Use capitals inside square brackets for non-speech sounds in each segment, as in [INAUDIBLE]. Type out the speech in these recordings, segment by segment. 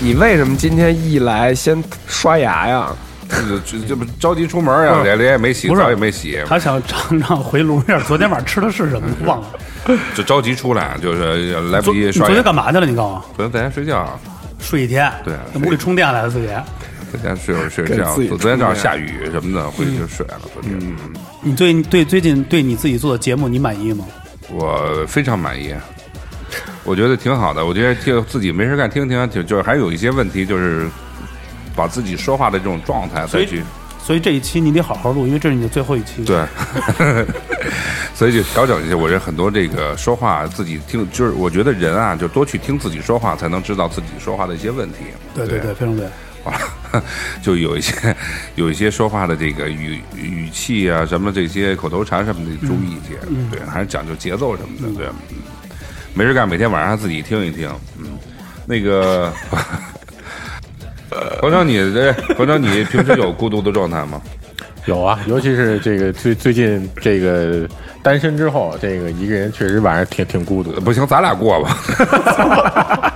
你为什么今天一来先刷牙 [LAUGHS] 呀？这这这不着急出门呀，不是脸脸也没洗，嗯不是澡也没洗，他想尝尝回笼院昨天晚上吃的是什么，忘了。就着急出来，就是来不昨你及昨刷牙。啊天干嘛去了？你告诉我，昨天在家睡觉，睡一天。对在屋里充电来了，自己。在家睡会儿睡会儿觉。给自己昨天正好下雨什么的，回去就睡了。昨嗯天你对对最近对你自己做的节目你满意吗？我非常满意，我觉得挺好的。我觉得听自己没事干听啊听，就就是还有一些问题，就是把自己说话的这种状态所再以去所以这一期你得好好录，因为这是你的最后一期。，对， [LAUGHS] 所以就调整一下。我这很多这个说话自己听，就是我觉得人啊，就多去听自己说话，才能知道自己说话的一些问题。对对对，非常对。啊， [LAUGHS] 就有一些有一些说话的这个语语气啊，什么这些口头禅什么的，注意一些。对，还是讲究节奏什么的。对，嗯没事干，每天晚上自己听一听。嗯，那个。 [LAUGHS] 冯程，你这冯程，你平时有孤独的状态吗？ [LAUGHS] 有啊， [LAUGHS] 尤其是这个最最近这个单身之后，这个一个人确实晚上挺挺孤独的，不行，咱俩过吧。 [LAUGHS]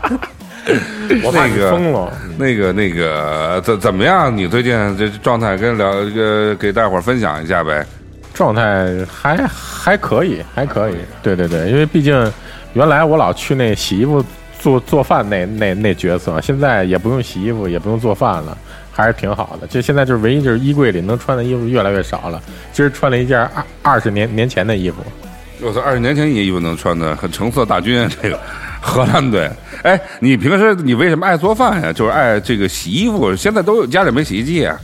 我怕你疯了。那个那个怎怎么样？你最近这状态跟聊呃给大伙儿分享一下呗。状态还还可以，还可以。对对对，因为毕竟原来我老去那洗衣服、做做饭那那那角色，现在也不用洗衣服，也不用做饭了，还是挺好的。就现在就是唯一就是衣柜里能穿的衣服越来越少了。今儿穿了一件二二十年年前的衣服，我操，二十年前你衣服能穿的很橙色大 [LAUGHS] 军这个荷兰队。哎，你平时你为什么爱做饭呀？就是爱这个洗衣服，现在都有家里没洗衣机啊。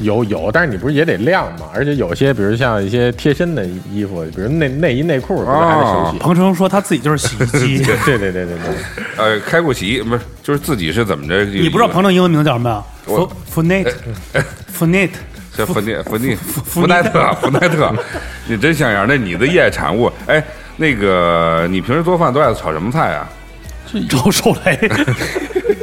有有，但是你不是也得晾吗？而且有些比如像一些贴身的衣服，比如内内衣内裤，哦不是还得手洗？彭程说他自己就是洗 [LAUGHS] 衣机。对对对对对。 [LAUGHS] 呃，开过洗衣不是，就是自己是怎么着？你不知道彭程英文名叫什么呀我 f u [LAUGHS] n i t f u n i t 像弗尼弗尼弗弗奈特 [LAUGHS] 弗奈特，你真像样。那你的业产物，哎，那个你平时做饭都爱炒什么菜啊？赵寿 [LAUGHS] 雷，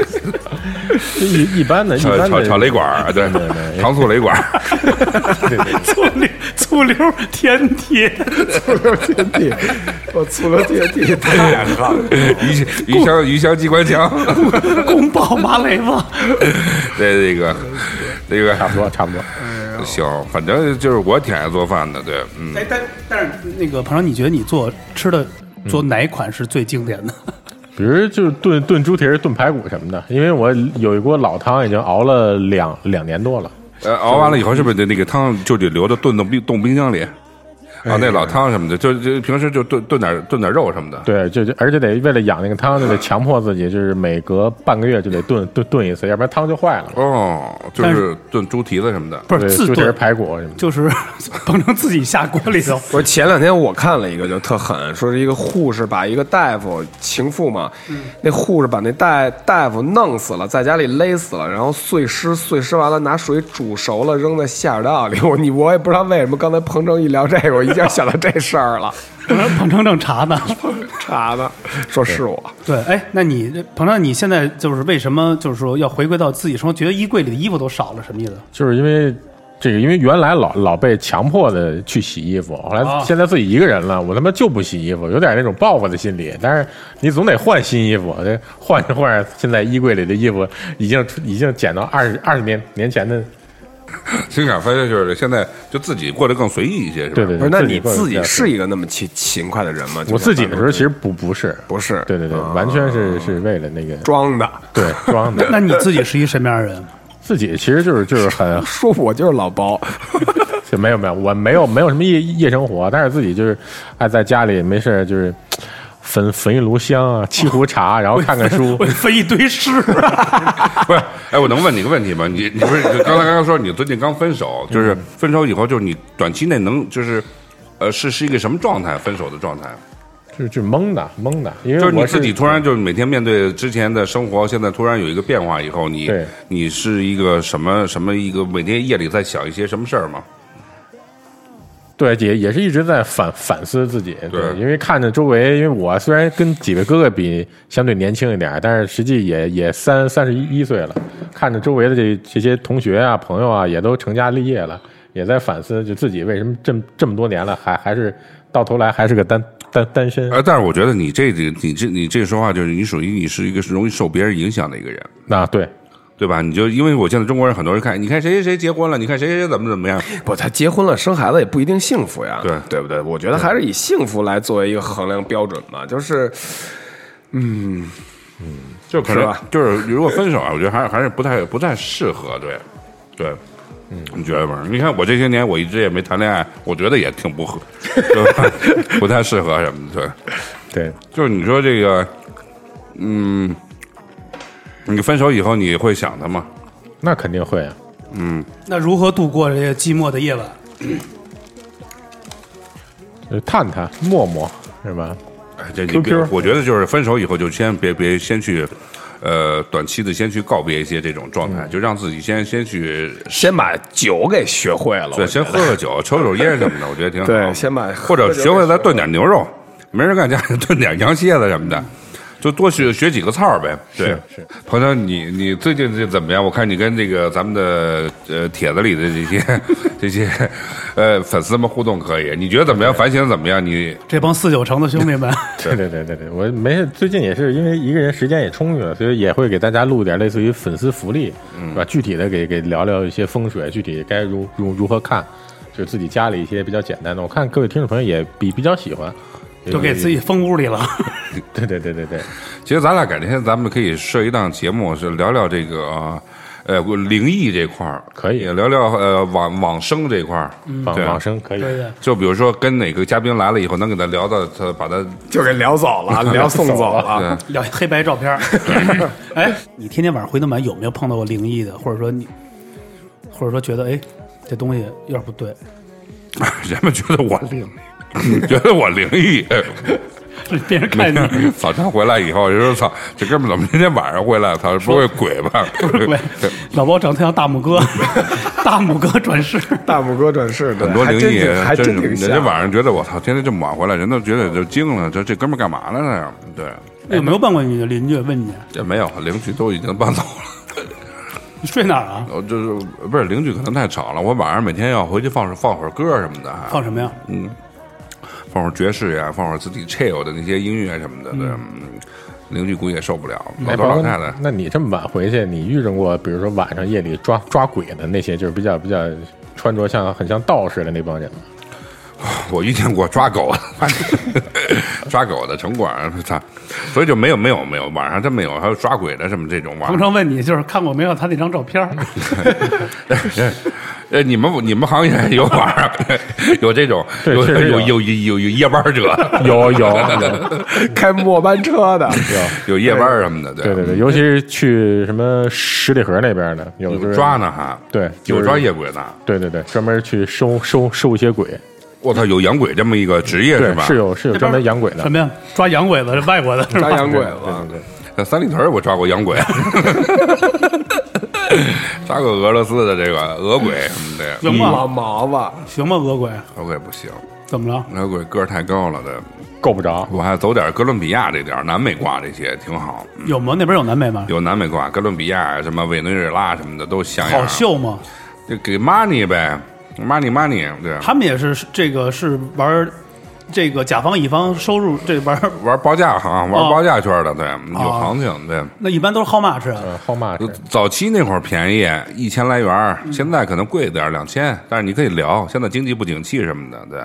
就一一般的，一炒般呃炒的炒雷管 [LAUGHS] 儿，对对对，糖醋雷管儿。醋溜醋溜天铁，地， [LAUGHS] 我粗了地地太好了。鱼鱼香鱼香机关 [LAUGHS] 枪，宫保麻雷吧。对这个这差不个多差不多。行，反正就是我挺爱做饭的，对，嗯，哎，但但是那个彭程，你觉得你做吃的做哪一款是最经典的？ [LAUGHS] 比如就是炖炖猪蹄儿、炖排骨什么的，因为我有一锅老汤已经熬了两两年多了。呃，熬完了以后是不是得那个汤就得留着炖到冰冻冰箱里？啊，那老汤什么的，就就平时就炖炖点炖点肉什么的。对，就就而且得为了养那个汤，就得强迫自己，就是每隔半个月就得炖炖炖一次，要不然汤就坏了。哦，就但是炖猪蹄子什么的。 [LAUGHS] 不对，是自猪蹄儿、炖，排骨什么的。就是 [LAUGHS] 彭程自己下锅里头。我前两天我看了一个就特狠，说是一个护士把一个大夫情妇嘛，嗯那护士把那大大夫弄死了，在家里勒死了，然后碎尸，碎尸完了拿水煮熟了扔在下水道里。我你我也不知道为什么，刚才彭程一聊这个，我一下想到这事儿了， [LAUGHS] [LAUGHS] 彭程彭程正查呢。查的说是我，对，哎，那你彭程，你现在就是为什么就是说要回归到自己生活？觉得衣柜里的衣服都少了，什么意思？就是因为这个，因为原来老老被强迫的去洗衣服，后来啊现在自己一个人了，我他妈就不洗衣服，有点那种报复的心理。但是你总得换新衣服，这换着换着，现在衣柜里的衣服已经已经减到二十二十年年前的。情感发泄就是现在就自己过得更随意一些，是吧？对对不对，是？那你过得自比较己舒是一个那么勤勤快的人吗？服我自己的时候其实不不是，不是，对对对，嗯完全是是为了那个装的。 [LAUGHS] 对装的。那你自己是一什么样的人？自己其实就是就是很说我就是老包，就没有没有，我没有没有什么夜夜生活，但是自己就是爱在家里没事儿就是焚焚一炉香啊，沏壶茶，然后看看书 [LAUGHS] 我。分一堆尸。不是，哎，我能问你个问题吗？你你不是刚才刚刚说你最近刚分手，就是分手以后，就是你短期内能就是，呃，是是一个什么状态？分手的状态？就是就是懵的懵的，因为就是你我自己突然就是每天面对之前的生活，现在突然有一个变化以后，你对你是一个什么什么一个每天夜里在想一些什么事儿吗？对，也也是一直在反反思自己，对因为看着周围，因为我虽然跟几位哥哥比相对年轻一点，但是实际也也三三十一岁了，看着周围的这这些同学啊、朋友啊，也都成家立业了，也在反思，就自己为什么这么这么多年了，还还是到头来还是个单单单身。呃，但是我觉得你这个，你这你这说话就是你属于你是一个容易受别人影响的一个人，啊，对，对吧？你就因为我见到中国人很多人看，你看谁谁谁结婚了，你看谁谁谁怎么怎么样，不，他结婚了，生孩子也不一定幸福呀，对对不对？我觉得还是以幸福来作为一个衡量标准吧，就是就可是能吧就是如果分手啊，我觉得还是还是不太不太适合，对，对。嗯你觉得吗？你看我这些年我一直也没谈恋爱，我觉得也挺不合，对吧 [LAUGHS] 不太适合什么的。对，对，就是你说这个，嗯，你分手以后你会想他吗？那肯定会啊。 [LAUGHS] 那如何度过这个寂寞的夜晚？呃探探、陌陌是吧？哎这你别 QQ 我觉得就是分手以后就先别别先去，呃，短期的先去告别一些这种状嗯态，就让自己先先去，先把酒给学会了，对，先喝喝酒，抽抽烟什么的，我觉得挺好。对先把或者学会再炖点牛肉，没人干家里 [LAUGHS] 炖点羊蝎子什么的。就多学学几个操儿呗，对是朋友，你你最近这怎么样？我看你跟这个咱们的呃帖子里的这些 [LAUGHS] 这些呃粉丝们互动可以，你觉得怎么样？反省怎么样？你这帮四九城的兄弟们， [LAUGHS] 对对对对对，我没事，最近也是因为一个人时间也充裕了，所以也会给大家录点类似于粉丝福利，嗯是吧？具体的给给聊聊一些风水，具体该如如如何看，就是自己家里一些比较简单的。我看各位听众朋友也比比较喜欢， [LAUGHS] 就给自己封屋里了。对对对对对，其实咱俩改天咱们可以设一档节目，是聊聊这个呃灵异这块儿，可以嗯也聊聊呃往往生这块儿。往嗯对啊往生可以。对对，就比如说跟哪个嘉宾来了以后，能给他聊到他 [LAUGHS] 把他就给聊走 [LAUGHS] 了，聊送走了。聊黑白照片儿。 [LAUGHS] 哎，你天天晚上回那晚有没有碰到过灵异的，或者说你，或者说觉得哎这东西有点不对？人们觉得我灵， [LAUGHS] 觉得我灵异。别人 [LAUGHS] 看 [LAUGHS] 你早上回来以后，就说操，这哥们儿怎么今天晚上回来？操， [LAUGHS] 不会鬼吧？喂，老包长得像大拇哥， [LAUGHS] 大拇哥转 [LAUGHS] 世。大拇哥转世，对 [LAUGHS] 很多还灵真异，挺还真真是挺人像。家晚上觉得我操，天天这么晚回来，人都觉得就惊了，这这哥们儿干嘛来了？对，哎有没有问过你的邻居？问你也没有，邻居都已经搬走 [LAUGHS] 了。你睡哪儿啊？我哦就是不是邻居可能太吵了，我晚上每天要回去放放会儿歌什么的，还 [LAUGHS] 放什么呀？放会儿爵士呀，放会儿自己 chill 的那些音乐什么的。对，嗯邻居估计也受不了，老哎，头老宝太太哥，那你这么晚回去，你遇着过，比如说晚上夜里抓抓鬼的那些，就是比较比较穿着像很像道士的那帮人吗？我遇见过抓狗的， [LAUGHS] 抓狗的城管儿，操！所以就没有没有没有，晚上真没有，还有抓鬼的什么这种晚常上。常问你就是看过没有他那张照片儿？ [LAUGHS] 呃，你们你们行业有晚上 [LAUGHS] 有这种对有确实有有有有有有夜班者，有有有，开末班车的， [LAUGHS] 有夜班什么的，对对对对，尤其是去什么十里河那边的，有有的抓呢还，对就有是抓夜鬼呢。对对对，专门去收收收一些鬼，我操，有养鬼这么一个职业对，吧？是有是有专门养鬼什的。么呀？抓洋鬼子，是外国的是吧？抓洋鬼子。在三里屯儿我抓过洋鬼， [LAUGHS] 抓过俄罗斯的这个俄鬼什么的，行毛吗？毛吧，行吗？俄鬼俄鬼不行，怎么了？俄鬼个儿太高了的。够不着，我还走点哥伦比亚这点儿南美挂这些挺好，有吗？那边有南美吗？有南美挂，哥伦比亚什么委内瑞拉什么的都像样儿。好秀吗？就给 money 呗，money money，对，他们也是这个是玩儿这个甲方乙方收入这玩儿，玩报价行，玩哦报价圈的，对，有行情，对。哦那一般都是 how much 啊？嗯，好嘛，早期那会儿便宜一千来元儿，嗯现在可能贵点儿两千，但是你可以聊，现在经济不景气什么的，对，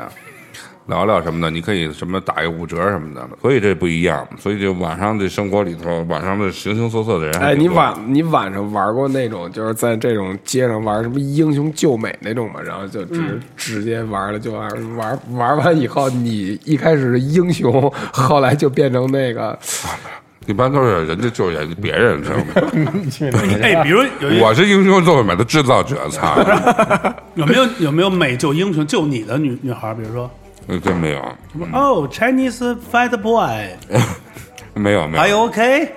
聊聊什么的，你可以什么打个五折什么的，所以这不一样，所以就晚上这生活里头，晚上的形形色色的人还哎，挺你多的，晚你晚上玩过那种，就是在这种街上玩什么英雄救美那种嘛，然后就直、嗯直接玩了，就玩玩玩完以后，你一开始是英雄，后来就变成那 [LAUGHS] 个一般都是人家就演别人，知道吗？哎，比如有一我是英雄作美的制造者，操！有没有有没有美救英雄救你的女女孩儿？比如说呃真没有，哦，Chinese fat boy，Are 哎没有，没有。 you OK？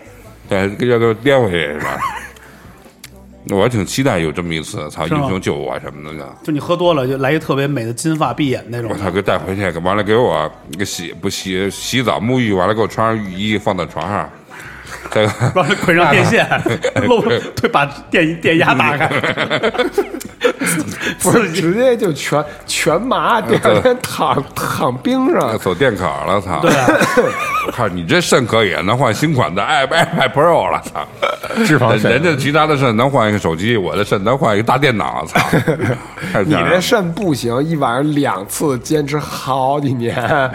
对，要给我颠回去是吧？ [LAUGHS] 我还挺期待有这么一次，操，是吗英雄救我什么的呢。就你喝多了就来一特别美的金发碧眼那种 [LAUGHS] 我，操，给带回去，完了给我给洗不洗洗澡沐浴，完了给我穿上浴衣放到床上，这个让他捆上电线，露对，把电电压打开， [LAUGHS] 不是直接就全全啊麻，第二天躺躺冰上。 [LAUGHS] 走电烤了，操！对啊， [LAUGHS] 我靠，你这肾可以，能换新款的 i iPad Pro 了，操！脂肪人肾人家其他的肾能换一个手机，我的肾能换一个大电脑，操！太你吓人这了肾不行，一晚上两次坚持好几 [LAUGHS] 嗯年，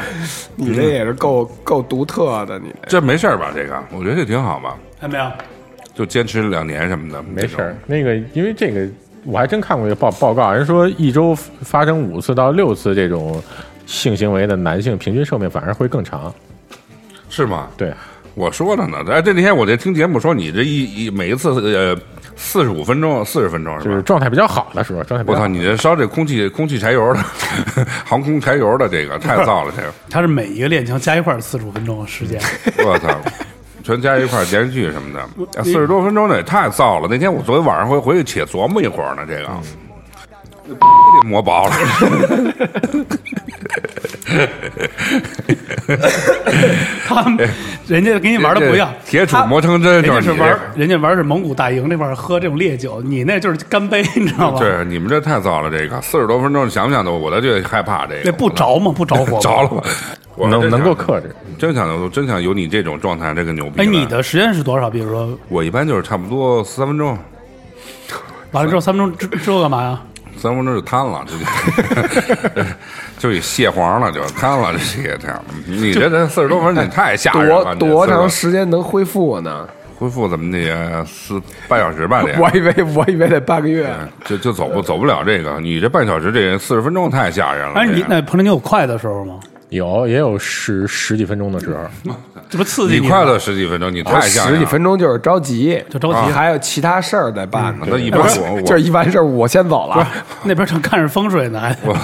你这也是够够独特的。你这没事儿吧？这个我觉得这挺好吧，看没有？就坚持两年什么的，没没事儿。那个，因为这个我还真看过一个报报告，人说一周发生五次到六次这种性行为的男性，平均寿命反而会更长。是吗？对，我说了呢，哎，这那天我这听节目说你这一一每一次呃四十五分钟四十分钟是就吧是？状态比较好的时候，状态啊比我较操！好。你这烧这空气空气柴油的， [LAUGHS] 航空柴油的这个太燥了，这他是每一个练枪加一块儿四十五分钟的时间，个我操！全加一块儿电视剧什么的，哎四十多分钟的也太燥了。那天我昨天晚上回回去且琢磨一会儿呢，这 [LAUGHS] 嗯个得磨薄了。他们人家跟你玩的不一样，这铁杵他磨成针人就家是是你这玩，人家玩是蒙古大营那块儿喝这种烈酒，你那就是干杯，你知道吧？对，你们这太燥了，这个四十多分钟，想不想都我都就害怕这个。那不着吗？不着火吗着了吧？ [LAUGHS] 我能真想能够克制，真想我真想有你这种状态，这个牛逼了。哎，你的时间是多少？比如说，我一般就是差不多三分钟，完了之后三分钟之之后干嘛呀？三分钟就瘫了，就 [LAUGHS] 就给蟹黄了，就瘫了，这些这样。你这这四十多分钟，你太吓人了。多你多这40长时间能恢复呢？恢复？怎么得呃四半小时吧？得我以为 [LAUGHS] 我以为得半个月。就就走不走不了这个。你这半小时，这人四十分钟太吓人了。哎，这你那彭林，你有快的时候吗？有也有十十几分钟的时候，嗯这不刺你激吗快乐十几分钟，你太吓人十了。几分钟就是着急，就着急啊还有其他事儿得办呢。那一般嗯我我就是一完事儿我先走了。那边正看着风水呢，还我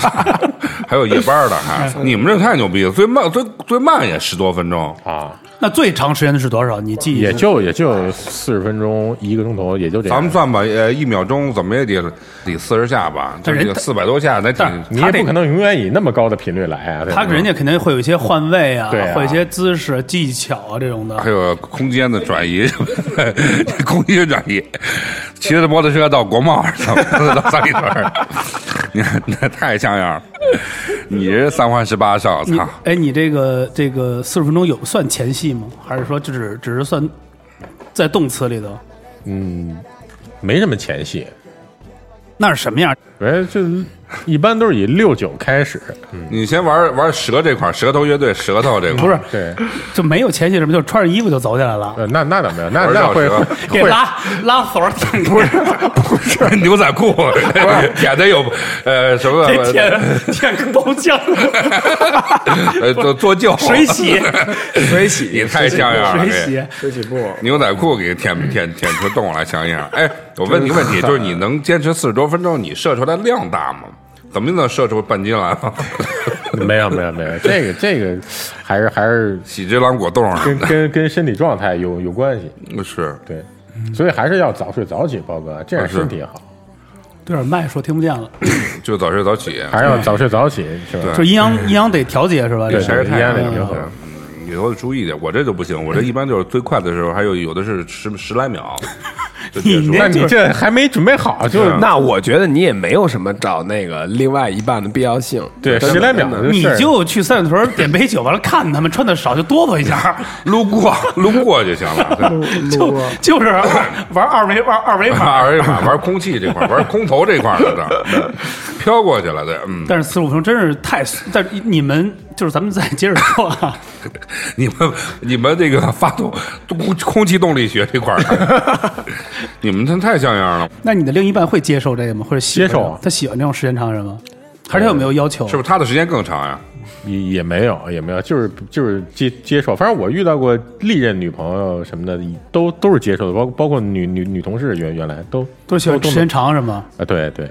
[LAUGHS] 还有夜班的，哎还你们这太牛逼了，最慢最最慢也十多分钟，嗯啊，那最长时间的是多少？你记忆也中就也就四十分钟一个钟头，也就这咱们样。算吧，呃，一秒钟怎么也得得四十下吧，但这人个四百多下，那挺但你也不可能永远以那么高的频率来啊！对吧他人家肯定会有一些换位啊，对啊会有一些姿势、技巧啊这种还的。有空间的转移， [LAUGHS] 空间转移，骑着摩托车到国贸上，到三里屯儿， [LAUGHS] 你看那太像样了，你这三花十八少，你操！哎，你这个这个四十分钟有算前戏吗？还是说就只只是算在动词里头？没什么前戏，那是什么样？哎，就一般都是以六九开始，你先玩玩蛇这块儿，舌头乐队，舌头这块不儿是，对，就没有前戏什么，就穿着衣服就走起来了，呃，那那倒没有，那玩那小会蛇给 [LAUGHS] 会拉拉锁儿舔开，是 [LAUGHS] 牛仔裤， [LAUGHS] 舔的有呃什么 [LAUGHS] 给舔 [LAUGHS] 舔个包浆， [LAUGHS] 呃，做做旧 [LAUGHS] 水洗，水洗也太哎像样了。水这洗。水洗布，牛仔裤给舔舔舔出洞来，像样。哎，我问你个问题，就是你能坚持四十多分钟，你射出来量大吗？怎么能射出半斤来 [LAUGHS] 呢？ [LAUGHS] 没有没有没有，这个这个还是还是喜之郎果冻啊跟跟跟身体状态有有关系，是对，嗯所以还是要早睡早起，包哥，啊这样身体好，对着麦说听不见了，就早睡早起，还是要早睡早起，是吧？就阴阳阴阳得调节是吧？对晒晒太阳对哎对嗯以后注意点。我这就不行，我这一般就是最快的时候，还有有的是十十来秒就结束你了。那你这还没准备好，就是嗯那我觉得你也没有什么找那个另外一半的必要性。对真的十来秒真的的你事儿就去三里屯儿点杯酒，完了看他们穿的少就哆嗦一下， [LAUGHS] 路过路过就行 [LAUGHS] 了。就啊就是玩二维玩二维码。二维码玩空气这块儿，玩空投这块儿了的，飘过去了对，嗯。但是四十五分钟真是太，但是你们就是咱们再接着说 [LAUGHS] 啊， [LAUGHS] 你们你们这个发动空空气动力学这块儿，你们真太像样了，那你的另一半会接受这个吗？或者喜欢接受啊他喜欢这种时间长的人吗？还是他有没有要求？是不是？他的时间更长呀、也也没有也没有，就是就是接接受，反正我遇到过历任女朋友什么的，都都是接受的，包包括女女女同事原原来都都是喜欢时间长是吗？啊，对对，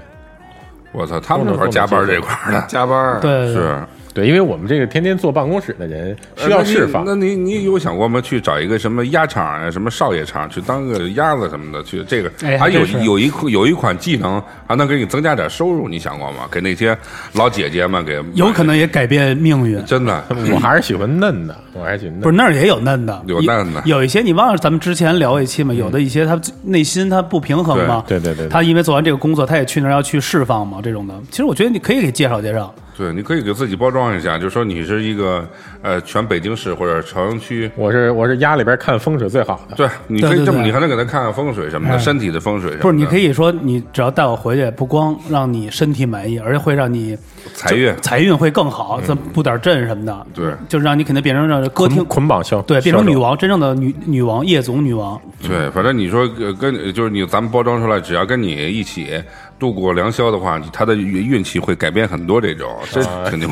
我操，他们这块儿加班这块儿的加班儿，对，是对，因为我们这个天天坐办公室的人呃需要释放那，你那你你有想过吗？去找一个什么鸭场啊，什么少爷场去当个鸭子什么的，去这个哎还有真是有一款有一款技能还能给你增加点收入，你想过吗？给那些老姐姐们给有可能也改变命运。真的我还是喜欢嫩的，我还是喜欢嫩的。不是那儿也有嫩的，有嫩的有有一些你忘了咱们之前聊一期嘛，有的一些他内心他不平衡嘛，对对对对对他因为做完这个工作，他也去那儿要去释放嘛，这种的。其实我觉得你可以给介绍介绍，对，你可以给自己包装一下，就说你是一个呃全北京市或者朝阳区。我是我是鸭里边看风水最好的，对，你可对对以这么，对嗯你还能给他看看风水什么的，身体的风水什么的。不是？你可以以说你只要带我回去，不光让你身体满意，而且会让你财运，财运会更好，咱布点阵什么的，对就是让你肯定变成让歌厅捆捆绑销对变成销售女王，真正的女女王夜总女王，对，反正你说呃跟就是你咱们包装出来，只要跟你一起度过良宵的话，你他的运运气会改变很多。这种这啊肯定，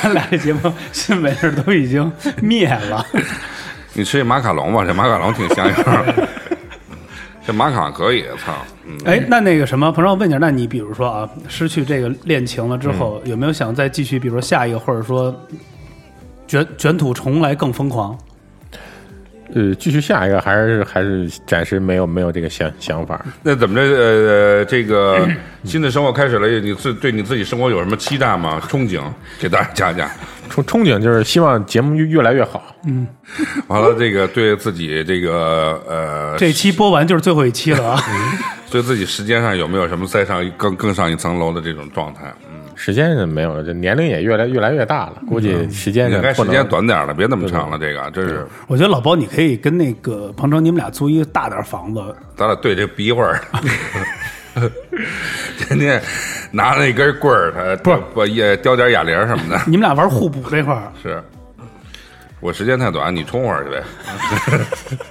咱俩这节目新闻事都已经灭了。你吃这马卡龙吧，这马卡龙挺像样 [LAUGHS] 儿。这马卡可以，操，嗯，哎，那那个什么，彭超，我问一下，那你比如说啊，失去这个恋情了之后，有没有想再继续，比如说下一个，或者说卷卷土重来更疯狂？呃，继续下一个还是还是暂时没有没有这个想想法。那怎么着？呃，这 [CLEARS THROAT] 个新的生活开始了，你自对你自己生活有什么期待吗？憧憬给大家讲讲。憧憧憬就是希望节目越越来越好，完了，这个对自己这个呃，这期播完就是最后一期了啊！对自己时间上有没有什么再上一更更上一层楼的这种状态？嗯，时间是没有了，这年龄也越来越来越大了，估计时也间上嗯该不时间能。短点儿了，别那么长了，这个真是。 [LAUGHS] 我觉得老包，你可以跟那个彭程，你们俩租一个大点房子，咱俩对这逼味 [LAUGHS] 儿，天天拿着一根棍儿，他不不也叼点哑铃什么的。你们俩玩互补这块儿，是，我时间太短，你冲会儿去呗。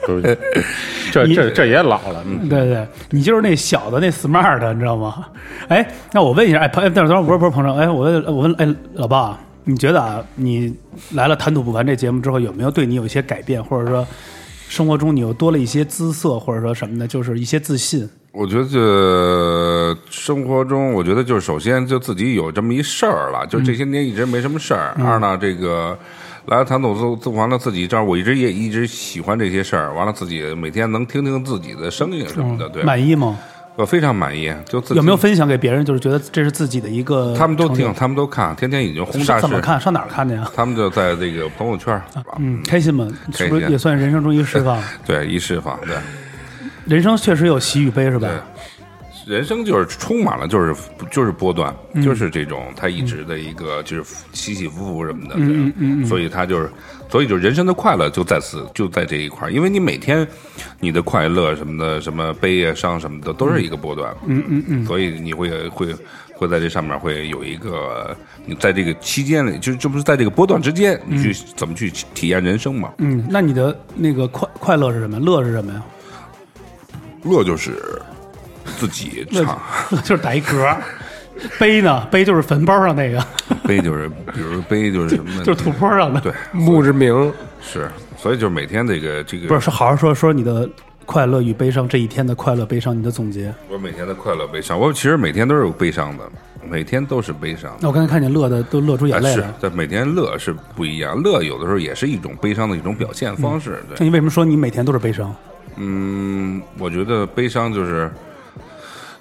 不是这你这这也老了，嗯对对对，你就是那小的那 smart，你知道吗？ [LAUGHS] 哎，那我问一下，哎，彭，哎但是当然不是不是彭程，哎，我问我问，哎，老爸啊，你觉得啊，你来了《谈吐不凡》这节目之后，有没有对你有一些改变，或者说生活中你又多了一些姿色，或者说什么的，就是一些自信？我觉得这生活中，我觉得就是首先就自己有这么一事儿了，就是这些年一直没什么事儿。嗯二呢，这个来谭总自自完了自己这儿，我一直也一直喜欢这些事儿。完了，自己每天能听听自己的声音什么的，对，满意吗？我非常满意。就自己嗯有没有分享给别人？就是觉得这是自己的一个，他们都听，，他们都看，天天已经轰炸怎么式看？上哪儿看的呀？他们就在这个朋友圈儿，嗯，开心吗？是不开是心啊也算人生中一释 [LAUGHS] 放？对，一释放，对，人生确实有喜与悲，是吧？人生就是充满了就是就是波段，嗯就是这种他一直的一个就是起起伏伏什么的，对嗯嗯嗯所以他就是，所以就人生的快乐就在此就在这一块儿，因为你每天你的快乐什么的，什么悲啊伤什么的，都是一个波段，嗯嗯嗯，所以你会会会在这上面会有一个你在这个期间里，就是这不是在这个波段之间，你去怎么去体验人生嘛？嗯，那你的那个快快乐是什么？乐是什么呀？乐就是自己唱， [LAUGHS] 就是打一嗝。碑呢？碑就是坟包上那个， [LAUGHS] 悲就是比如悲就是什么呢， [LAUGHS] 就是土坡上的。对，墓志铭，是，所以就是每天这个这个不是，说好好说说你的快乐与悲伤，这一天的快乐悲伤，你的总结。我每天的快乐悲伤，我其实每天都是有悲伤的，每天都是悲伤的。那我刚才看见乐的都乐出眼但泪是了。，但每天乐是不一样，乐有的时候也是一种悲伤的一种表现方式。那对，你为什么说你每天都是悲伤？嗯，我觉得悲伤就是，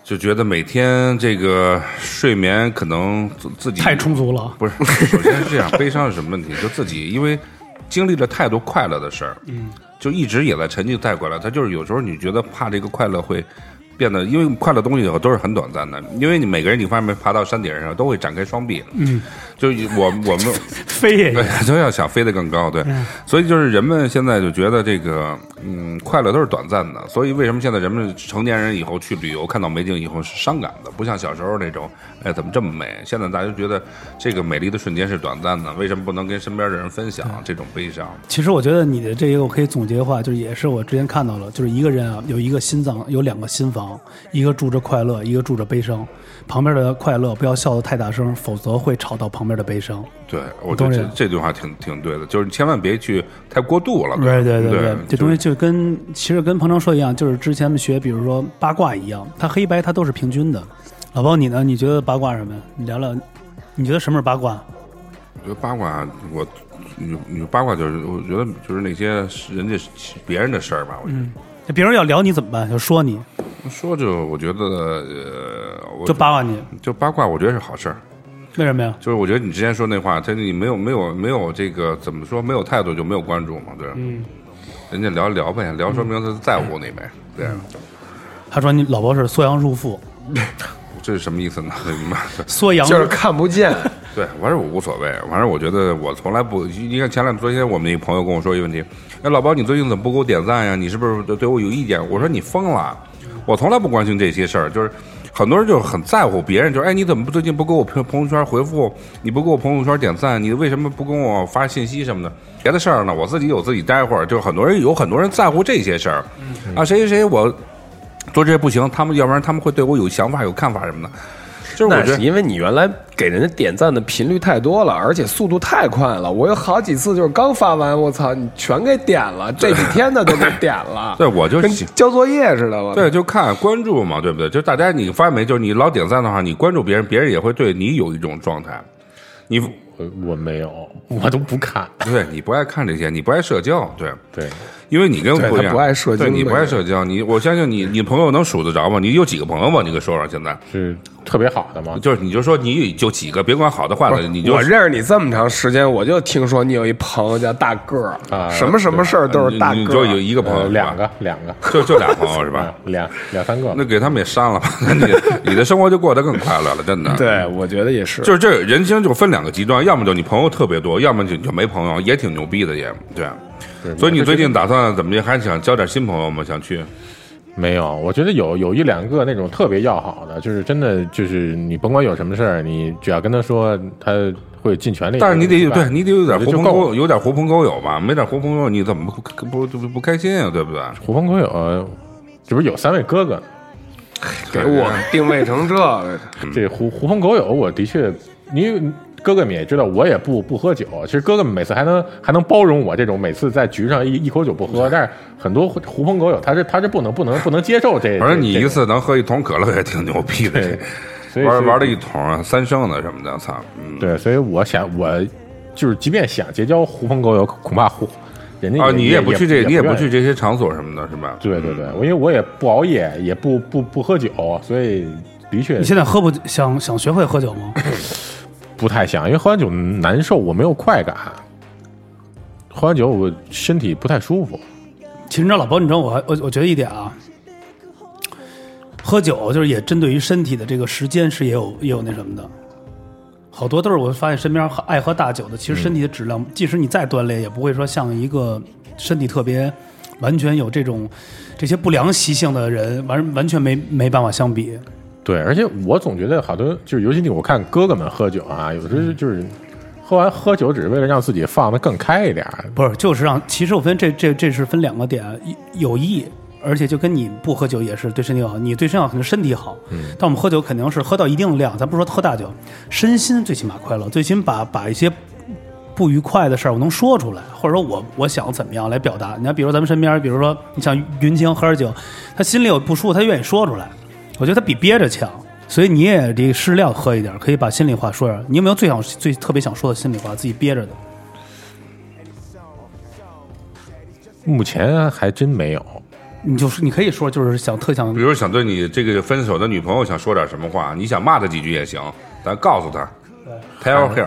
就觉得每天这个睡眠可能自自己太充足了。不是，首先是这样，悲伤是什么问题？就自己因为经历了太多快乐的事儿，嗯，就一直也在沉浸在快乐。他就是有时候你觉得怕这个快乐会变得，因为快乐东西都是很短暂的，因为你每个人你发现没，爬到山顶上都会展开双臂，嗯，就是我我们。 [LAUGHS] 飞也对， [LAUGHS] 都要想飞得更高，对，嗯所以就是人们现在就觉得这个，嗯，快乐都是短暂的，所以为什么现在人们成年人以后去旅游看到美景以后是伤感的，不像小时候那种，哎，怎么这么美？现在大家觉得这个美丽的瞬间是短暂的，为什么不能跟身边的人分享这种悲伤？其实我觉得你的这个我可以总结的话，就是也是我之前看到了，就是一个人啊，有一个心脏，有两个心房，一个住着快乐，一个住着悲伤。旁边的快乐不要笑得太大声，否则会吵到旁边的悲伤。对，我觉得当这然这句话挺挺对的，就是你千万别去太过度了，对对对对对，就这东西就跟其实跟彭程说一样，就是之前我们学，比如说八卦一样，它黑白它都是平均的。老包你呢？你觉得八卦什么呀？你聊聊，你觉得什么是八卦？我觉得八卦，我你你八卦就是，我觉得就是那些是人家别人的事儿吧。我觉得、那别人要聊你怎么办？就说你，说就我觉得呃，我就八卦你，就八卦，我觉得是好事儿。为什么呀？就是我觉得你之前说那话，他你没有没有没有这个怎么说没有态度就没有关注嘛，对。嗯。人家聊一聊呗，聊说嗯明他在乎你呗，对。他说你老婆是缩阳入腹，这是什么意思呢？ [LAUGHS] 你妈的！缩阳就是看不见，对，反正我无所谓，反正我觉得我从来不。你看前两昨天我们一朋友跟我说一个问题，哎，老包你最近怎么不给我点赞呀？你是不是对我有意见？我说你疯了，我从来不关心这些事儿，就是。很多人就是很在乎别人，就是哎，你怎么不最近不给我朋朋友圈回复？你不给我朋友圈点赞？你为什么不跟我发信息什么的？别的事儿呢，我自己有自己待会儿。就是很多人有很多人在乎这些事儿，嗯啊，谁谁谁我做这些不行，他们要不然他们会对我有想法、有看法什么的。就是我那觉得是因为你原来给人家点赞的频率太多了，而且速度太快了。我有好几次就是刚发完，我操，你全给点了，这几天的都给点了。 [LAUGHS] 对我就跟喜交作业似的，我对，就看关注嘛，对不对？就大家你发现没？就是你老点赞的话，你关注别人，别人也会对你有一种状态。你我我没有，我都不看。对你不爱看这些，你不爱社交，对，对，因为你跟我对不一他样，不爱社交对你的不爱人社交，你我相信你，你朋友能数得着吗？你有几个朋友吗？你给说说，现在是特别好的吗？就是你就说你有几个，别管好的坏的，呃你就我认识你这么长时间，我就听说你有一朋友叫大个儿，啊什么什么事儿都是大你你个嗯就有儿。一个朋友，呃，是吧两，个，两个，就就俩朋友是 [LAUGHS] 吧啊？，两两三个吧那。给他们也删了吧，那你你的生活就过得更快乐了，真的。对，我觉得也是。就是这人生就分两个极端，要么就你朋友特别多，要么就你就没朋友，也挺牛逼的也对。啊所以你最近打算怎么的？还想交点新朋友吗？想去？没有，我觉得有有一两个那种特别要好的，就是真的就是你甭管有什么事儿，你只要跟他说，他会尽全力。但是你得对你得有点狐我觉朋得就够狗有点狐朋狗友吧？没点狐朋狗友，你怎么不不不不开心啊？对不对？狐朋狗友，呃这不是有三位哥哥呢？给我定位成这个， [LAUGHS] 嗯这狐狐朋狗友，我的确，因为哥哥们也知道，我也不不喝酒。其实哥哥们每次还能还能包容我这种每次在局上一一口酒不喝，但是很多狐狐朋狗友，他是他是不能不能不能接受这。反正你这一次能喝一桶可乐也挺牛逼的对， [LAUGHS] 所以玩是玩了一桶啊三升的什么的，操！嗯对，所以我想我就是即便想结交狐朋狗友，恐怕狐人家啊，你也不去这，你也不不愿去嗯意。这些场所什么的，是吧？对对对，我因为我也不熬夜，也不不不喝酒，所以的确你现在喝不想想学会喝酒吗？不太想，因为喝完酒难受，我没有快感。喝完酒我身体不太舒服。其实你知道，老包，你知道我还我我觉得一点啊，喝酒就是也针对于身体的这个时间是也有也有那什么的，好多都是我发现身边喝爱喝大酒的，其实身体的质量，即使你再锻炼，也不会说像一个身体特别完全有这种这些不良习性的人完完全没没办法相比。对，而且我总觉得好多就是，尤其你我看哥哥们喝酒啊，有时候就是嗯喝完喝酒只是为了让自己放得更开一点儿。不是，就是让。其实我分这这这是分两个点，一有益，而且就跟你不喝酒也是对身体好，你对身体好肯定身体好。但我们喝酒肯定是喝到一定量，咱不说喝大酒，身心最起码快乐，最起码把把一些不愉快的事儿我能说出来，或者说我我想怎么样来表达。你看，比如咱们身边，比如说你像云清喝点酒，他心里有不舒服，他愿意说出来，我觉得他比憋着强。所以你也得适量喝一点，可以把心里话说点。你有没有最想最特别想说的心里话，自己憋着的？目前还真没有，你就是你可以说，就是想特想比如想对你这个分手的女朋友想说点什么话，你想骂她几句也行，咱告诉她，tell her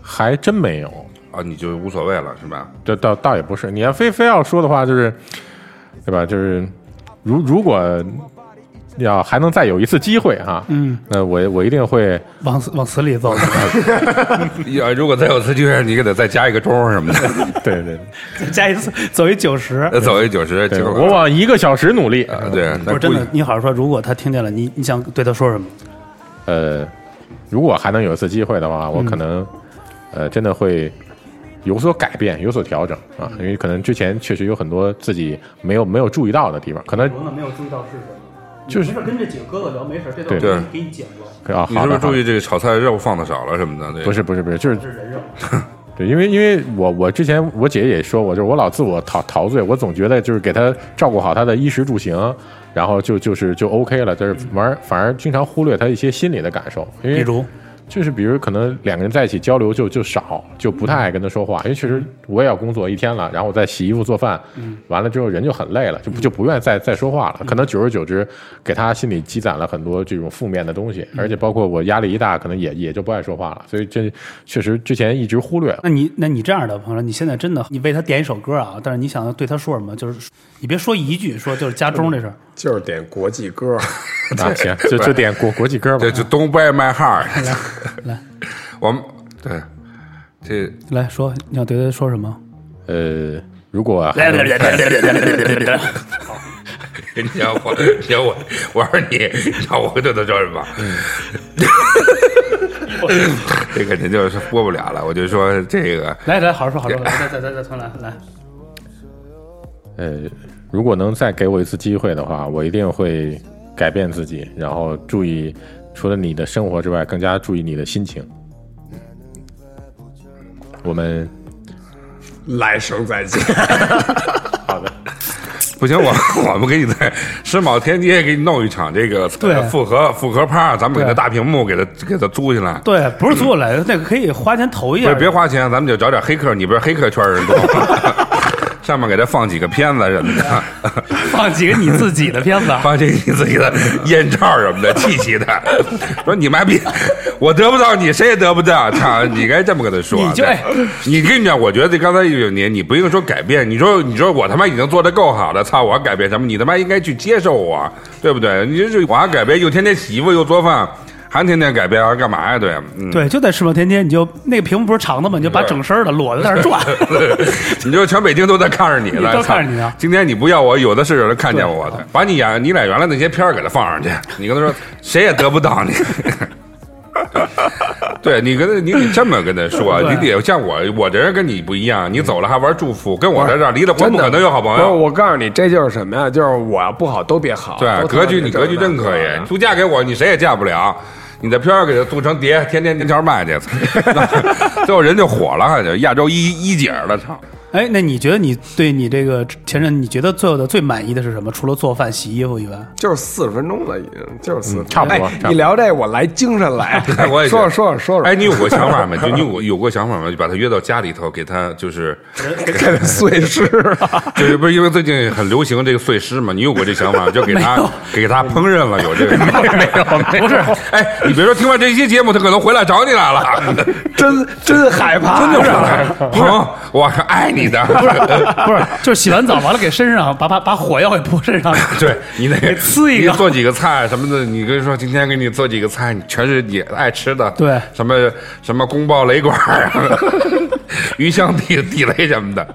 还真没有。啊，你就无所谓了，是吧？ [LAUGHS] 这倒倒也不是，你要非非要说的话，就是对吧？就是如如果要还能再有一次机会哈、嗯，那我我一定会往死往死里走。要如果再有次机会，你给她再加一个钟什么的，对对加一次走一九十。再走一九十，对，结我果往一个小时努力。啊对，不那是真的估，计你好好说。如果他听见了，你你想对他说什么？呃，如果还能有一次机会的话，我可能、呃真的会有所改变，有所调整啊，因为可能之前确实有很多自己没有没有注意到的地方，可能能没有注意到是什么？就是跟这几个哥哥聊没事，这对我给你给你讲过。啊，你好是不的是好注的，意这个炒菜肉放的少了什么的？这个不是不是不是，就是是人肉，对，因为因为我我之前我姐也说我，就是我老自我陶陶醉，我总觉得就是给她照顾好她的衣食住行，然后就就是就 OK 了，就是玩儿反而经常忽略她一些心理的感受，因为比如就是比如可能两个人在一起交流就就少，就不太爱跟他说话，因为确实我也要工作一天了，然后我再洗衣服做饭，完了之后人就很累了，就不就不愿意再再说话了。可能久而久之，给他心里积攒了很多这种负面的东西，而且包括我压力一大，可能也也就不爱说话了。所以这确实之前一直忽略了。那你那你这样的朋友，你现在真的你为他点一首歌啊，但是你想对他说什么？就是你别说一句，说就是家中这事儿，就是点国际歌，啊，行，就就点国国际歌吧这。就 Don't break my heart。来， [LAUGHS] 我们对这来说你想对他说什么？呃，如果还能对，你让我，你让我，我说你，你让我对他说什么？这肯定就是播不了了。我就说这个，来来，好好说，好好说，来，再再再重来，来，呃，如果能再给我一次机会的话，我一定会改变自己，然后注意除了你的生活之外，更加注意你的心情。我们来生再见。不行，我我们给你在世贸天阶给你弄一场这个对复合复合趴，咱们给他对大屏幕给他给他租进来。对，不是租我来的，那个可以花钱投一不下是，，别花钱，咱们就找点黑客，你不是黑客圈人多吗，上面给他放几个片子什么的，放几个你自己的片子 [LAUGHS] ，放些你自己的烟罩什 [LAUGHS] 么的，气息的，说你妈逼，我得不到你，谁也得不到，操，你该这么跟他说。你就对哎你跟你讲，我觉得刚才你你不应该说改变，你说你说我他妈已经做的够好了，操，我要改变什么？你他妈应该去接受我，对不对？你就是我还改变，又天天洗衣服，又做饭，还天天改变，还干嘛呀？对，嗯。对，就在世贸天阶，你就那个屏幕不是长的吗？你就把整身儿的裸在那儿转， [LAUGHS] 你就全北京都在看着你了，都看着你呢操今天你不要我，有的是人看见我的，把你演你俩原来那些片儿给他放上去，你跟他说谁也得不到你。 [LAUGHS] 对你跟他，你得这么跟他说，啊对你得像我，我这人跟你不一样，你走了还玩祝福，跟 [LAUGHS] 我在这儿离了婚真不的可能有好朋不是友。我告诉你，这就是什么呀？就是我要不好都别好。对，啊都他妈格局别啊你这样格局真可以，嗯你不嫁给我，你谁也嫁不了。你的片儿给他做成碟，天天天桥卖去， [LAUGHS] 最后人就火了，还就亚洲一一姐了，操！ [LAUGHS] 哎，那你觉得你对你这个前任，你觉得最后的最满意的是什么？除了做饭、洗衣服以外，就是四十分钟了，已经就是四、差不多哎差不多你聊这我来精神来哎，， [LAUGHS] 我也觉说得说说说说，哎，你有过想法没？就你有过有过想法吗？就把他约到家里头，给他就是这碎尸啊， [LAUGHS] 就是不是因为最近很流行这个碎尸嘛？你有过这想法吗？就给他给他烹饪了，有这个 [LAUGHS] 没有？不 [LAUGHS] 是，哎，你别说，听完这期节目，他可能回来找你来了， [LAUGHS] 真真害怕，真是吧鹏，我是爱你的， [LAUGHS] 不是，就是洗完澡完了给身上把把把火药给泼身上，对你得呲一个你做几个菜什么的，你跟说今天给你做几个菜，你全是你爱吃的，对什么什么宫爆雷管儿啊， [LAUGHS] 鱼香地地雷什么的，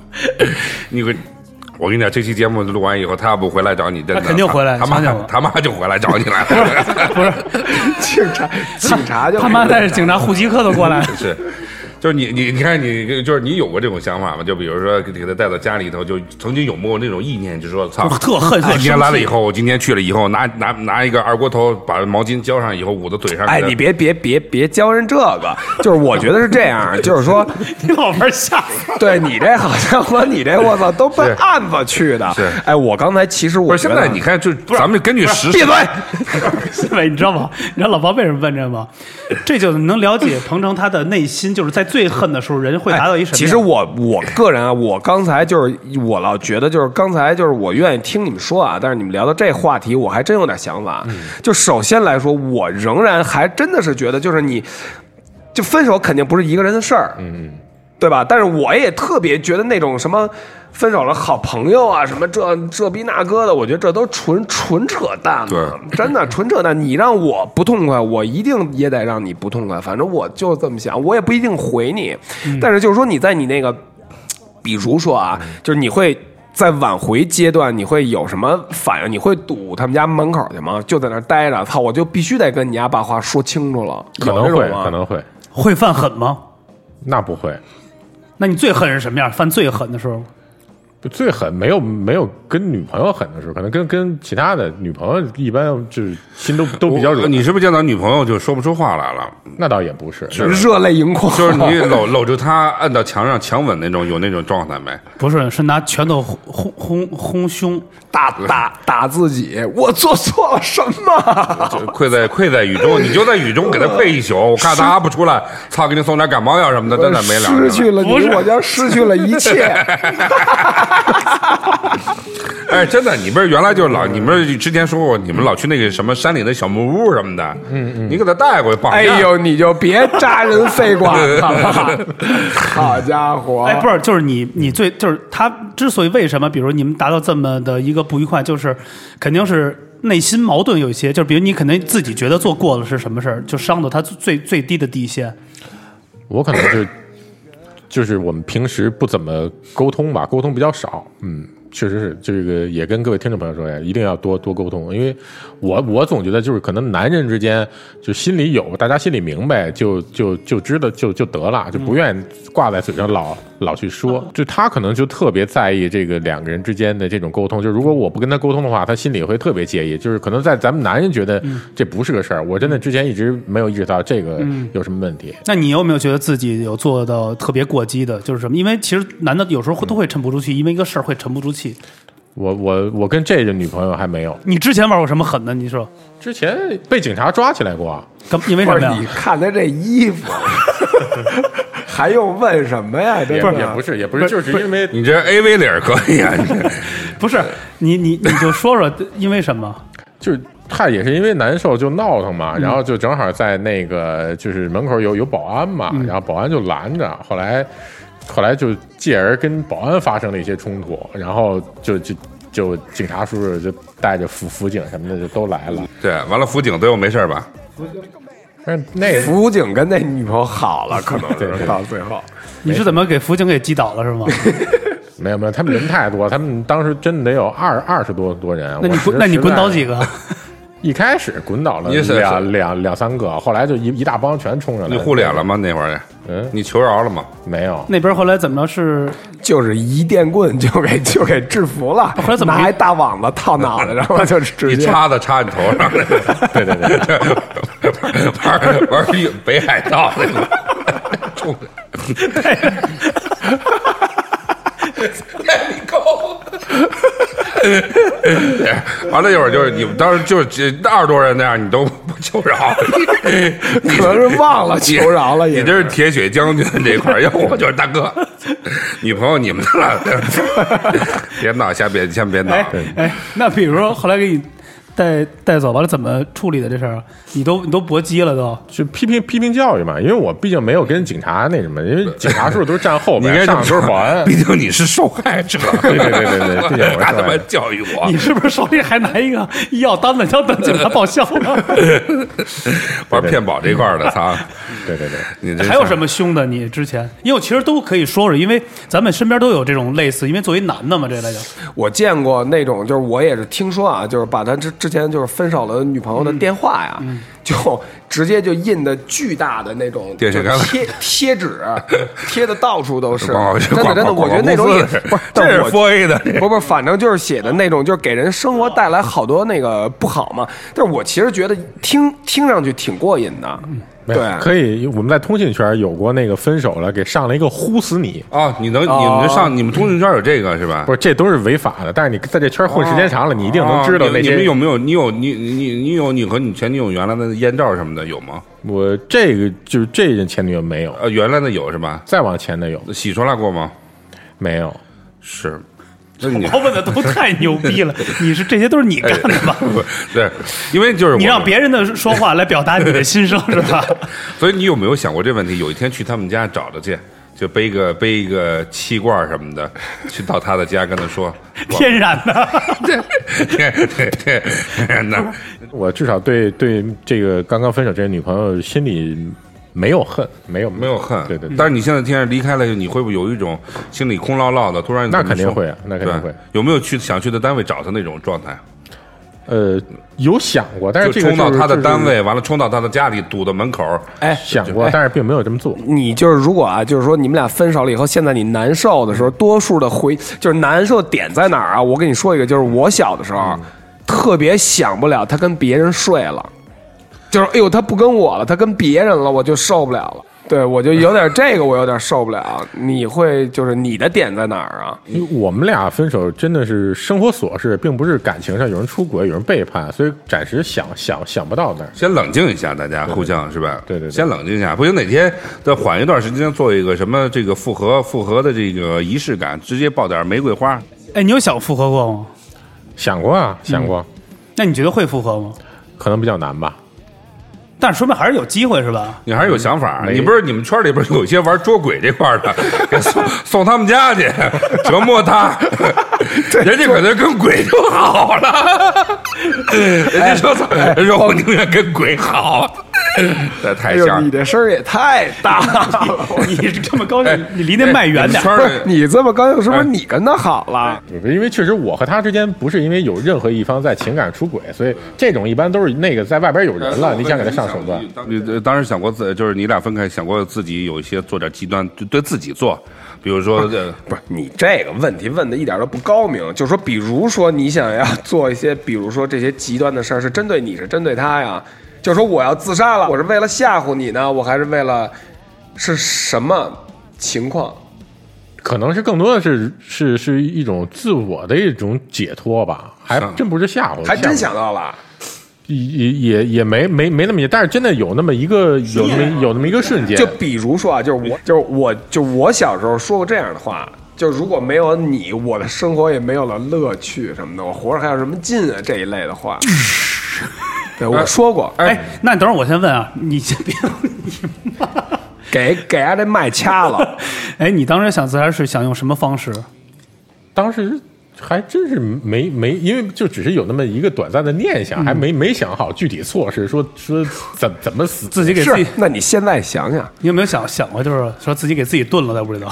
你给。我跟你讲，这期节目录完以后，他要不回来找你，真的他肯定回来他妈相信我他妈就回来找你来了。 [LAUGHS] 不是警察警察就他妈带着警察、户籍科都 [LAUGHS] 过来，是，就是你你你看你就是你有过这种想法吗？就比如说给他带到家里头，就曾经有没有那种意念，就说操，特恨特哎生今气天来了以后，我今天去了以后，拿拿拿一个二锅头把毛巾浇上以后，捂到嘴上。哎，给他你别别别别教人这个，就是我觉得是这样，啊就是说，你老玩吓死我。对你这好家伙，你这我操都奔案子去的是。哎，我刚才其实我不是觉现得在你看，就咱们根据实闭事，嘴，哎是呗？你知道吗？你知道老王为什么问这吗？这就能了解彭程他的内心，就是在最恨的时候，人会达到一什哎么样？其实我我个人啊，我刚才就是我老觉得就是刚才就是我愿意听你们说啊，但是你们聊到这话题，我还真有点想法。就首先来说，我仍然还真的是觉得就是你，就分手肯定不是一个人的事儿，嗯，对吧？但是我也特别觉得那种什么。分手了，好朋友啊，什么这这逼那哥的，我觉得这都纯纯扯淡嘛，真的纯扯淡。你让我不痛快，我一定也得让你不痛快。反正我就这么想，我也不一定回你，但是就是说你在你那个比如说啊，嗯就是你会在挽回阶段，你会有什么反应？你会堵他们家门口去吗？就在那儿待着，操，我就必须得跟你家把话说清楚了。可有能这会种吗可能会，会犯狠吗？那不会，那你最恨是什么样？犯最狠的时候，就最狠没有没有跟女朋友狠的时候，可能跟跟其他的女朋友一般就是心都都比较我软。你是不是见到女朋友就说不出话来了？那倒也不是，热泪盈眶，就是你搂搂住她，按到墙上强吻那种，有那种状态没？不是，是拿拳头轰轰轰轰胸，打打打自己，我做错了什么？就愧在愧在雨中，你就在雨中给她跪一宿，我看她还不出来，操，给你送点感冒药什么的，真的没良失心去了。了你，不是我将失去了一切。 [LAUGHS] 哎，真的，你们原来就老，你们之前说过，你们老去那个什么山里的小木屋什么的，嗯嗯，你给她带过去绑架。哎呦，你就别扎人肺管子了，好家伙！哎，不是，就是你，你最就是他之所以为什么，比如你们达到这么的一个不愉快，就是肯定是内心矛盾有一些，就是比如你肯定自己觉得做过了是什么事儿，就伤到他最最低的底线。我可能就 [CLEARS THROAT] 就是我们平时不怎么沟通吧，沟通比较少。嗯，确实是这个，也跟各位听众朋友说呀，一定要多多沟通，因为我我总觉得就是可能男人之间就心里有，大家心里明白，就就就知道就就得了，就不愿意挂在嘴上老老去说。就他可能就特别在意这个两个人之间的这种沟通，就如果我不跟他沟通的话，他心里会特别介意。就是可能在咱们男人觉得这不是个事儿，我真的之前一直没有意识到这个有什么问题。那你有没有觉得自己有做到特别过激的？就是什么？因为其实男的有时候会都会沉不住气，因为一个事儿会沉不住气。我我我跟这个女朋友还没有，你之前玩过什么狠的？你说，之前被警察抓起来过，啊怎么因为不什么是，你呀？看他这衣服， [LAUGHS] 还用问什么呀？这也也不是是也不是，就是因为你这 A V 理儿可以啊，你这不是你你你就说说因为什么？就是他也是因为难受就闹腾嘛，然后嗯就正好在那个就是门口有有保安嘛，嗯然后保安就拦着，后来后来就继而跟保安发生了一些冲突，然后就就就警察叔叔就带着辅辅警什么的就都来了，对，完了辅警最后没事儿吧？但是哎那辅警跟那女朋友好了，可能对是对到最后。你是怎么给辅警给击倒了是吗？没有没有，他们人太多，他们当时真的得有二二十多多人，那你我实滚那你滚倒实在几个？一开始滚倒了你是两两两三个，后来就一一大帮全冲上来。你护脸了？吗？那会儿，嗯你求饶了吗？没有，那边后来怎么着是就是一电棍就给就给制服了，后来怎么拿一大网子套脑袋，然后就直你接叉子插你头上，对对对，玩玩北海道那个，冲着，你够。完了，一会儿就是你们当时就是这二十多人那样，你都不求饶，你可能是忘了求饶了你也这是铁血将军这块儿，要我就是大哥，女朋友你们的了，别闹，先别先别闹。哎哎，那比如说后来给你带带走完了，怎么处理的这事儿？啊你都你都搏击了都，就批评批评教育嘛，因为我毕竟没有跟警察那什么，因为警察叔叔都是站后你边，应该这上么面都说是保 [LAUGHS] 安。毕竟你是受害者。对 [LAUGHS] 对对对对毕竟我是受害 [LAUGHS] 者他他妈教育 [LAUGHS] 我你，是不是手里还拿一个医药单子，要等警察报销了？玩骗保这块儿的，操！对对对，你这还有什么凶的？你之前，因为我其实都可以说说，因为咱们身边都有这种类似，因为作为男的嘛，这类就我见过那种，就是我也是听说啊，就是把他之之前就是分手了女朋友的电话呀，嗯就直接就印的巨大的那种电线杆就子贴贴 [LAUGHS] 纸，贴的到处都是。广告真的真的，广告我觉得那种也公司不是，但 [LAUGHS] 这是我 f A 的，不不，反正就是写的那种，就是给人生活带来好多那个不好嘛。但是我其实觉得听听上去挺过瘾的，嗯没有对，可以。我们在通信圈有过那个分手了，给上了一个“呼死你哦，你能你们上你们通讯圈有这个是”，吧不？是这都是违法的，但是你在这圈混时间长了，你一定能知道哦那你你些们有没有？你有你你你你有你和你前女友原来的艳照什么的有吗？我这个就是这任前女友没有，呃，原来的有是吧？再往前的有洗出来过吗？没有？是，那你我问的都太牛逼了。你是这些都是你干的吧？不对，因为就是我你让别人的说话来表达你的心声是吧？所以你有没有想过这问题？有一天去他们家找他去，就背个背一个气罐什么 [LAUGHS] 的，去到他的家跟他说，我天然的， [LAUGHS] 对对对， [LAUGHS] 那我至少对对这个刚刚分手这个女朋友心里没有恨，没有没有恨，对对对但是你现在天天离开了，你会不会有一种心里空落落的？突然那肯定会啊那肯定对会有没有去想去的单位找他那种状态？呃，有想过，但是就这个冲到就是他的就是单位，完了冲到他的家里，堵到门口，哎，想过，但是并没有这么嗯做。你就是如果啊，就是说你们俩分手了以后，现在你难受的时候，多数的回就是难受的点在哪儿啊？我跟你说一个，就是我小的时候、特别想不了他跟别人睡了，就是哎呦他不跟我了，他跟别人了，我就受不了了。对，我就有点这个，我有点受不了。你会就是你的点在哪儿啊？因为我们俩分手真的是生活琐事，并不是感情上有人出轨、有人背叛，所以暂时想想想不到那儿。先冷静一下，大家互相是吧？对对对先冷静一下，不行哪天再缓一段时间，做一个什么这个复合复合的这个仪式感，直接抱点玫瑰花。哎，你有想复合过吗？想过啊，嗯想过，那你觉得会复合吗？可能比较难吧。但是说明还是有机会是吧？你还是有想法儿，嗯没你不是你们圈里边有一些玩捉鬼这块儿的，给送 [LAUGHS] 送他们家去 [LAUGHS] 折磨他，人家可能跟鬼就好了，人家说操，哎人说我宁愿跟鬼好， [LAUGHS] 这哎太呦，像你了。这声儿也太大了！ [LAUGHS] 你这么高哎兴，你离那麦远点圈儿。不儿是里你这么高兴，是不是你跟他好了？因为确实我和他之间不是因为有任何一方在情感出轨，所以这种一般都是呃那个在外边有人哎了，你想给他上手段。你呃当时想过自，就是你俩分开想过自己有一些做点极端，就对自己做，比如啊说这不是你这个问题问的一点都不高明，就是说，比如说你想要做一些，比如说这些极端的事儿，是针对你，是针对他呀？就是说我要自杀了，我是为了吓唬你呢，我还是为了是什么情况？可能是更多的是是是一种自我的一种解脱吧，还是真不是吓唬，还真吓唬想到了，也也也没没没那么，但是真的有那么一个有那么有那么一个瞬间，就比如说啊，就是我，就是我，就我小时候说过这样的话，就如果没有你，我的生活也没有了乐趣什么的，我活着还有什么劲啊？这一类的话，对我说过，哎，那你等会儿我先问啊，你先别，给给俺这麦掐了。哎，你当时想自杀是想用什么方式？当时还真是没没，因为就只是有那么一个短暂的念想，还没没想好具体措施，说说怎怎么死，自己给自己是，，那你现在想想，你有没有想想过，就是说自己给自己炖了在屋里头？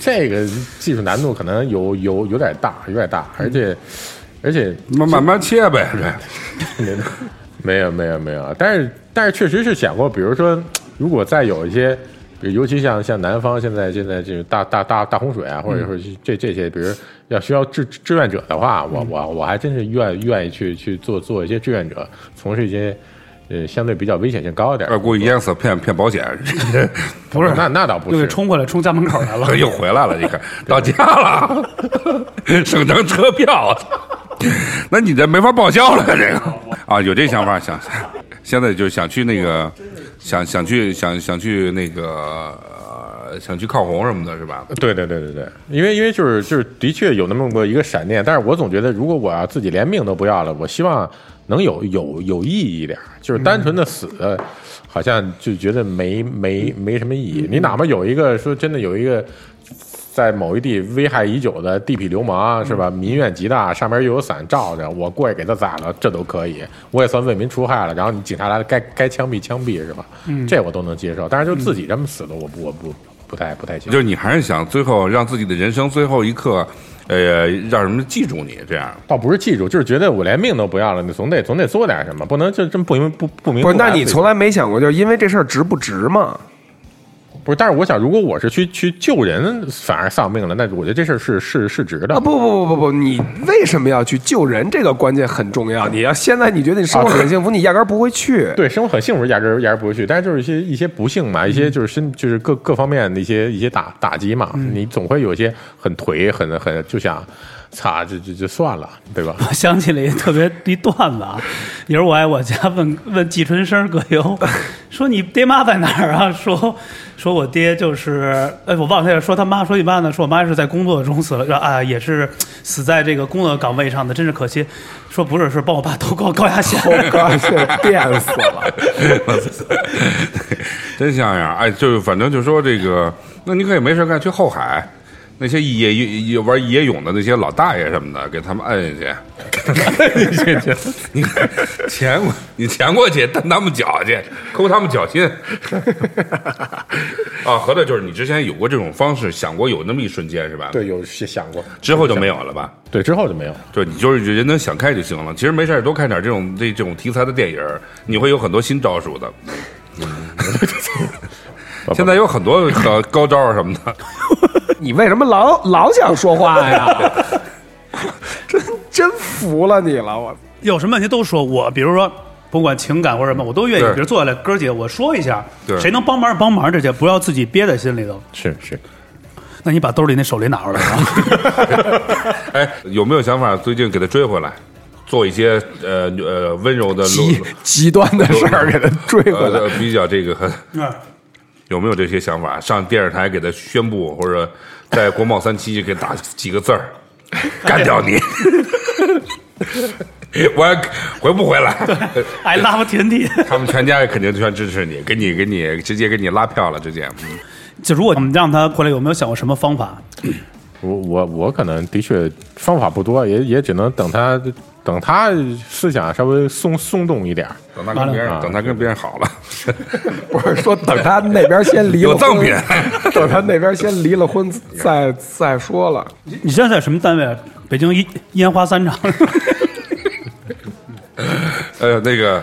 这个技术难度可能有有有点大，有点大，而且而且慢慢慢切呗， [LAUGHS] 没有没有没有，但是但是确实是想过，比如说，如果再有一些，比如尤其像像南方现在现在这种大大大大洪水啊，或者说是这这些，比如要需要志志愿者的话，我我我还真是愿愿意去去做做一些志愿者，从事一些呃相对比较危险性高一点要的。故意淹死骗骗保险，呃不是，那那倒不 [LAUGHS] 又给是，冲过来，冲家门口来了。又回来了，你看到家了，省张车票，那你这没法报销了，这个啊，有这想法想，现在就想去那个，想想去想想去那个、呃想去靠红什么的，是吧？对对对对对，因为因为就是就是的确有那么过一个闪念，但是我总觉得如果我要自己连命都不要了，我希望能有有有意义一点儿，就是单纯的死，好像就觉得没没没什么意义。你哪怕有一个说真的有一个。在某一地危害已久的地痞流氓是吧？民怨极大，上面又有伞罩着，我过去给他宰了，这都可以，我也算为民除害了。然后你警察来了，该该枪毙枪毙是吧？这我都能接受，但是就自己这么死的，我不我不不太不太行。就是你还是想最后让自己的人生最后一刻，呃，让人们记住你这样。倒不是记住，就是觉得我连命都不要了，你总得总得做点什么，不能就真不明不不明不是，白那你自己从来没想过，就是因为这事儿值不值嘛？不是？但是我想，如果我是去去救人，反而丧命了，那我觉得这事儿是是是值的。啊，不不不不不，你为什么要去救人？这个关键很重要。你要现在你觉得你生活很幸福，你压根儿不会 [LAUGHS] 去。对，生活很幸福，压根儿压根儿不会去，但是就是一些一些不幸嘛，一些就是身就是各各方面的一些一些打打击嘛，你总会有一些很颓，很很就想，擦，就就就算了，对吧？我想起了一个特别一段子啊，也是我爱我家问问季春生葛优，说你爹妈在哪儿啊？ [LAUGHS] 说说我爹就是，哎，我忘了他说他妈说一般呢，说我妈是在工作中死了，啊，也是死在这个工作岗位上的，真是可惜。说不是，是帮我爸投高高压线。我哦靠，这电死 [LAUGHS] 了！真像样儿！哎，就是反正就说这个，那你可以没事干去后海，那些野野玩野泳的那些老大爷什么的，给他们摁下去，你潜过你潜过去，蹬他们脚去，抠他们脚心。啊，合着就是你之前有过这种方式，想过有那么一瞬间是吧？，对，有些想过，之后就没有了吧？对，之后就没有。对你就是人能想开就行了。其实没事儿多看点这种这这种题材的电影儿，你会有很多新招数的。嗯 [LAUGHS] [LAUGHS] 现在有很多 [LAUGHS] 高高招儿什么的，你为什么老老想说话呀？ [LAUGHS] 真真服了你了，我 [LAUGHS] 有什么问题都说我，比如说甭管情感或者什么，我都愿意对。比如坐下来，哥儿姐，我说一下对，谁能帮忙帮忙这些，不要自己憋在心里头。是是，那你把兜里那手雷拿出来啊！ [LAUGHS] [LAUGHS] 哎，有没有想法最近给他追回来，做一些呃呃温柔的极极端的事儿给他追回来。呃比较这个 [LAUGHS] 嗯有没有这些想法？上电视台给他宣布，或者在国贸三期给打几个 [LAUGHS] 字儿，干掉你，我还回不回来？ ，I love TNT。他们全家肯定全支持你，给你给你直接给你拉票了，直接。嗯就如果我们让他回来，有没有想过什么方法？我我我可能的确方法不多，也也只能等他等他思想稍微松松动一点儿。等他跟别人，啊等他跟别人好了，不是说等他那边先离了有婚赠品， [LAUGHS] 等他那边先离了婚再再说了。你你现在在什么单位啊？北京烟烟花三厂。 [LAUGHS] 呃，那个，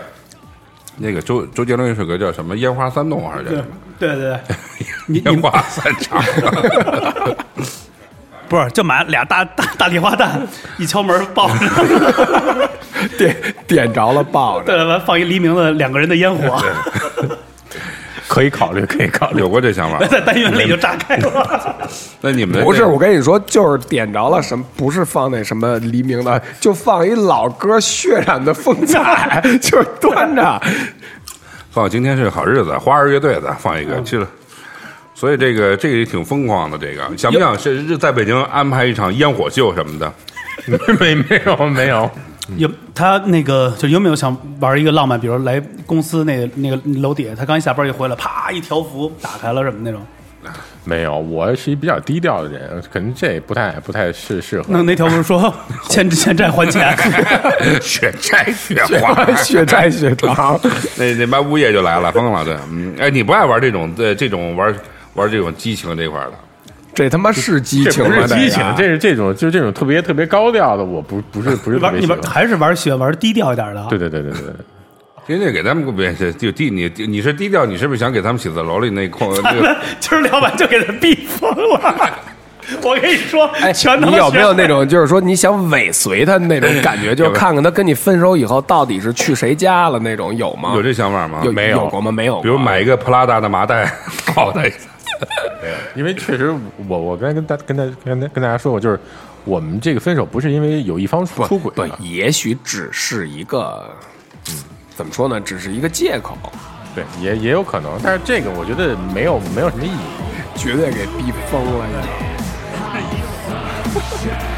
那个周周杰伦有首歌叫什么？烟花三弄还是叫什么？对对对，你你烟花三场。不是就买俩大大大礼花弹，一敲门爆 [LAUGHS] 着，点点着了，抱着。对了，完放一黎明的两个人的烟火，可以考虑，可以考虑。 [LAUGHS] 有过这想法吗？在单元里就炸开了。那你们的不是，那我跟你说，就是点着了什么，不是放那什么黎明的，就放一老歌《血染的风 [LAUGHS] 采》，就是端着。放今天是好日子，花儿乐队的放一个去了。所以这个这个也挺疯狂的，这个想不想是是在北京安排一场烟火秀什么的？ [LAUGHS] [LAUGHS] 没没有没有，有他那个就有没有想玩一个浪漫，比如来公司那那个楼底下，他刚一下班一回来，啪一条幅打开了什么那种，没有，我是一比较低调的人，可能这也不太不太适适合。那那条幅说欠欠债还钱，血债血还，血债血 [LAUGHS] 偿， [LAUGHS] 那那帮物业就来了，疯了这。嗯，哎，你不爱玩这种这这种玩玩这种激情这块儿的，这他妈是激这情不吗？是激情，这这是这种就是这种特别特别高调的，我不不是不是特玩别你喜玩欢。还是玩喜欢玩低调一点的啊对。对对对对对，人家给他们别是就低你你是低调，你是不是想给他们写字楼里那 [LAUGHS] 空？那个 [LAUGHS] 今儿聊完就给他逼疯了。 [LAUGHS] 我跟你说，哎，全他妈你有没有学那种就是说你想尾随他那种感 [LAUGHS] 觉，就是看看他跟你分手以后到底是去谁家了那种，有吗？有这想法吗？有没有过吗？没有过。比如买一个普拉达的麻袋 [LAUGHS] 套在因为确实我我刚才跟大跟大跟大跟大家说过，就是我们这个分手不是因为有一方出出轨不了，，也许只是一个，嗯，怎么说呢？只是一个借口，对，也也有可能，但是这个我觉得没有没有什么意义。绝对给逼疯了。 Shit,